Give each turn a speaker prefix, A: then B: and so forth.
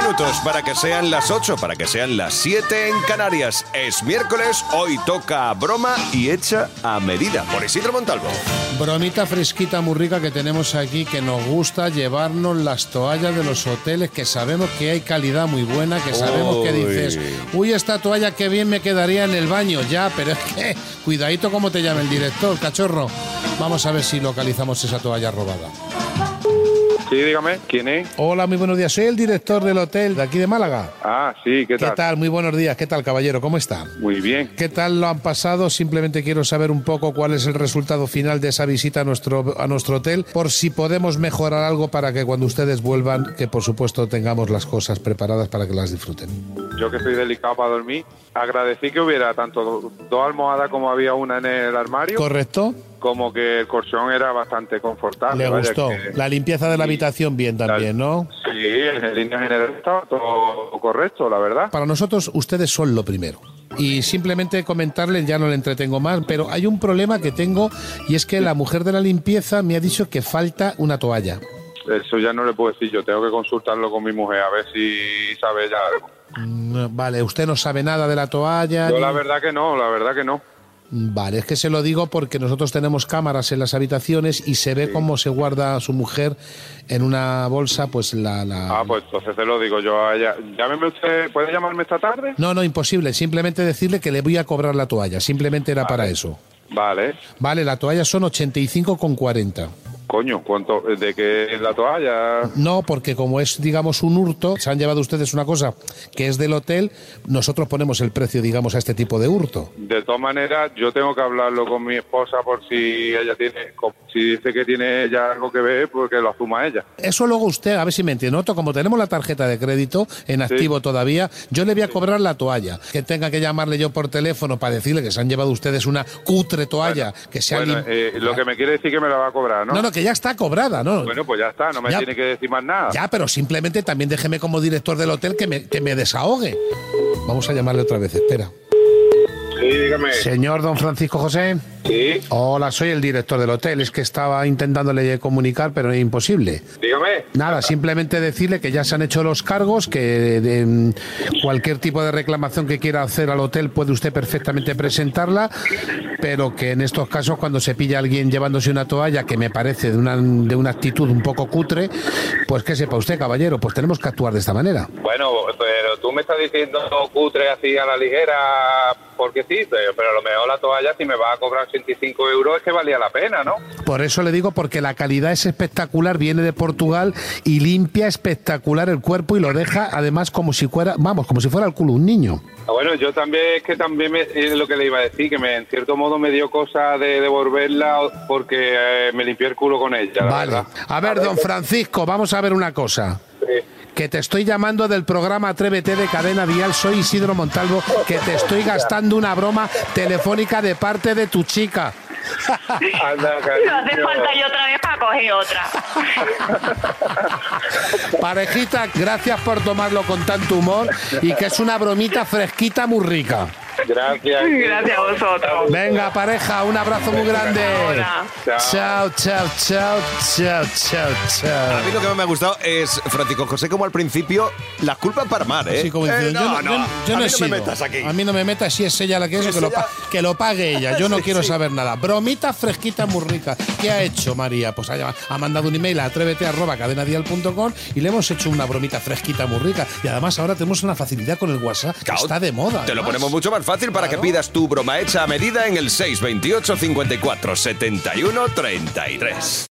A: minutos para que sean las 8, para que sean las 7 en Canarias. Es miércoles, hoy toca broma y hecha a medida por Isidro Montalvo.
B: Bromita fresquita muy rica que tenemos aquí que nos gusta llevarnos las toallas de los hoteles que sabemos que hay calidad muy buena, que sabemos que
A: Uy.
B: dices, uy, esta toalla que bien me quedaría en el baño ya, pero es que cuidadito como te llame el director, cachorro. Vamos a ver si localizamos esa toalla robada.
C: Sí, dígame, ¿quién es?
B: Hola, muy buenos días. Soy el director del hotel de aquí de Málaga.
C: Ah, sí, ¿qué
B: ¿Qué
C: tal?
B: tal? Muy buenos días. ¿Qué tal, caballero? ¿Cómo está?
C: Muy bien.
B: ¿Qué tal lo han pasado? Simplemente quiero saber un poco cuál es el resultado final de esa visita a nuestro, a nuestro hotel, por si podemos mejorar algo para que cuando ustedes vuelvan, que por supuesto tengamos las cosas preparadas para que las disfruten.
C: Yo que soy delicado para dormir, agradecí que hubiera tanto do- dos almohadas como había una en el armario,
B: ¿Correcto?
C: como que el colchón era bastante confortable.
B: Le
C: vaya,
B: gustó.
C: que-
B: La limpieza de la
C: Sí.
B: habitación bien también, ¿no?
C: Sí, en línea general estaba todo correcto, la verdad.
B: Para nosotros ustedes son lo primero. Y simplemente comentarles, ya no le entretengo más, pero hay un problema que tengo y es que la mujer de la limpieza me ha dicho que falta una toalla.
C: Eso ya no le puedo decir yo, tengo que consultarlo con mi mujer a ver si sabe ya algo.
B: Mm, Vale, usted no sabe nada de la toalla.
C: Yo
B: ni-
C: la verdad que no, la verdad que no.
B: Vale, es que se lo digo porque nosotros tenemos cámaras en las habitaciones y se ve cómo se guarda su mujer en una bolsa, pues la... la-
C: Ah, pues entonces se lo digo yo a ella. Llámeme usted, ¿puede llamarme esta tarde?
B: No, no, imposible. Simplemente decirle que le voy a cobrar la toalla. Simplemente era para eso.
C: Vale.
B: Vale, la toalla son 85,40.
C: Coño, ¿cuánto? ¿De qué es la toalla?
B: No, porque como es, digamos, un hurto, se han llevado ustedes una cosa que es del hotel, nosotros ponemos el precio, digamos, a este tipo de hurto.
C: De todas maneras, yo tengo que hablarlo con mi esposa por si ella tiene, co- si dice que tiene ella algo que ver, porque lo asuma ella.
B: Eso luego usted, a ver si me entiende, Nosotros, como tenemos la tarjeta de crédito en activo todavía, yo le voy a cobrar la toalla. Que tenga que llamarle yo por teléfono para decirle que se han llevado ustedes una cutre toalla, que se han
C: Bueno,
B: lim-
C: eh, lo que me quiere decir que me la va a cobrar, ¿no?
B: ¿no? no, que ya está cobrada, ¿no?
C: Bueno, pues ya está, no me
B: Ya.
C: tiene que decir más nada.
B: ya, pero simplemente también déjeme como director del hotel que me, que me desahogue. Vamos a llamarle otra vez, espera.
C: Sí, dígame.
B: Señor don Francisco José.
C: Sí,
B: Hola, soy el director del hotel. Es que estaba intentándole comunicar, pero es imposible.
C: dígame.
B: Nada, simplemente decirle que ya se han hecho los cargos, que de, mm, cualquier tipo de reclamación que quiera hacer al hotel puede usted perfectamente presentarla, pero que en estos casos cuando se pilla a alguien llevándose una toalla que me parece de una, de una actitud un poco cutre, pues que sepa usted, caballero, pues tenemos que actuar de esta manera.
C: Bueno, pero tú me estás diciendo cutre así a la ligera, porque sí, pero a lo mejor la toalla, si me va a cobrar 85 euros, es que valía la pena, ¿no?
B: Por eso le digo, porque la calidad es espectacular, viene de Portugal y limpia espectacular el cuerpo y lo deja además como si fuera, vamos, como si fuera el culo de un niño.
C: Ah, Bueno, yo también es que también me- es lo que le iba a decir, que me, en cierto modo me dio cosa de devolverla porque eh, me limpié el culo con ella. la
B: Vale.
C: verdad.
B: A ver, don Francisco, vamos a ver una cosa.
C: Sí.
B: Que te estoy llamando del programa Atrévete de Cadena Dial, soy Isidro Montalvo, que te estoy gastando una broma telefónica de parte de tu chica.
C: Anda,
D: No hace
C: cariño.
D: falta yo otra vez para coger otra.
B: Parejita, gracias por tomarlo con tanto humor y que es una bromita fresquita muy rica.
C: Gracias.
D: Gracias a vosotros.
B: Venga, pareja, un abrazo muy grande.
D: Ahora.
B: Chao, chao, chao, chao, chao,
A: A
B: chao.
A: mí lo que más me ha gustado es Francisco José, como al principio, las culpas para Mar, ¿eh?
B: Sí, como
A: Eh,
B: diciendo,
A: no,
B: yo no, yo-
A: no,
B: yo
A: a
B: no
A: mí
B: he
A: no
B: sido.
A: me metas aquí.
B: A mí no me metas, si es ella la que es,
A: Si
B: que,
A: es
B: lo,
A: ella.
B: pa- que lo pague ella. Yo no
A: Sí,
B: quiero
A: sí.
B: saber nada. Bromita fresquita muy rica. ¿Qué ha hecho María? Pues ha, llama- ha mandado un email a atrévete arroba cadenadial.com y le hemos hecho una bromita fresquita muy rica. Y además ahora tenemos una facilidad con el WhatsApp que
A: Claro,
B: está de moda.
A: Te lo
B: además.
A: ponemos mucho más fácil para
B: Claro.
A: que pidas tu broma hecha a medida en el 628 54 71 33.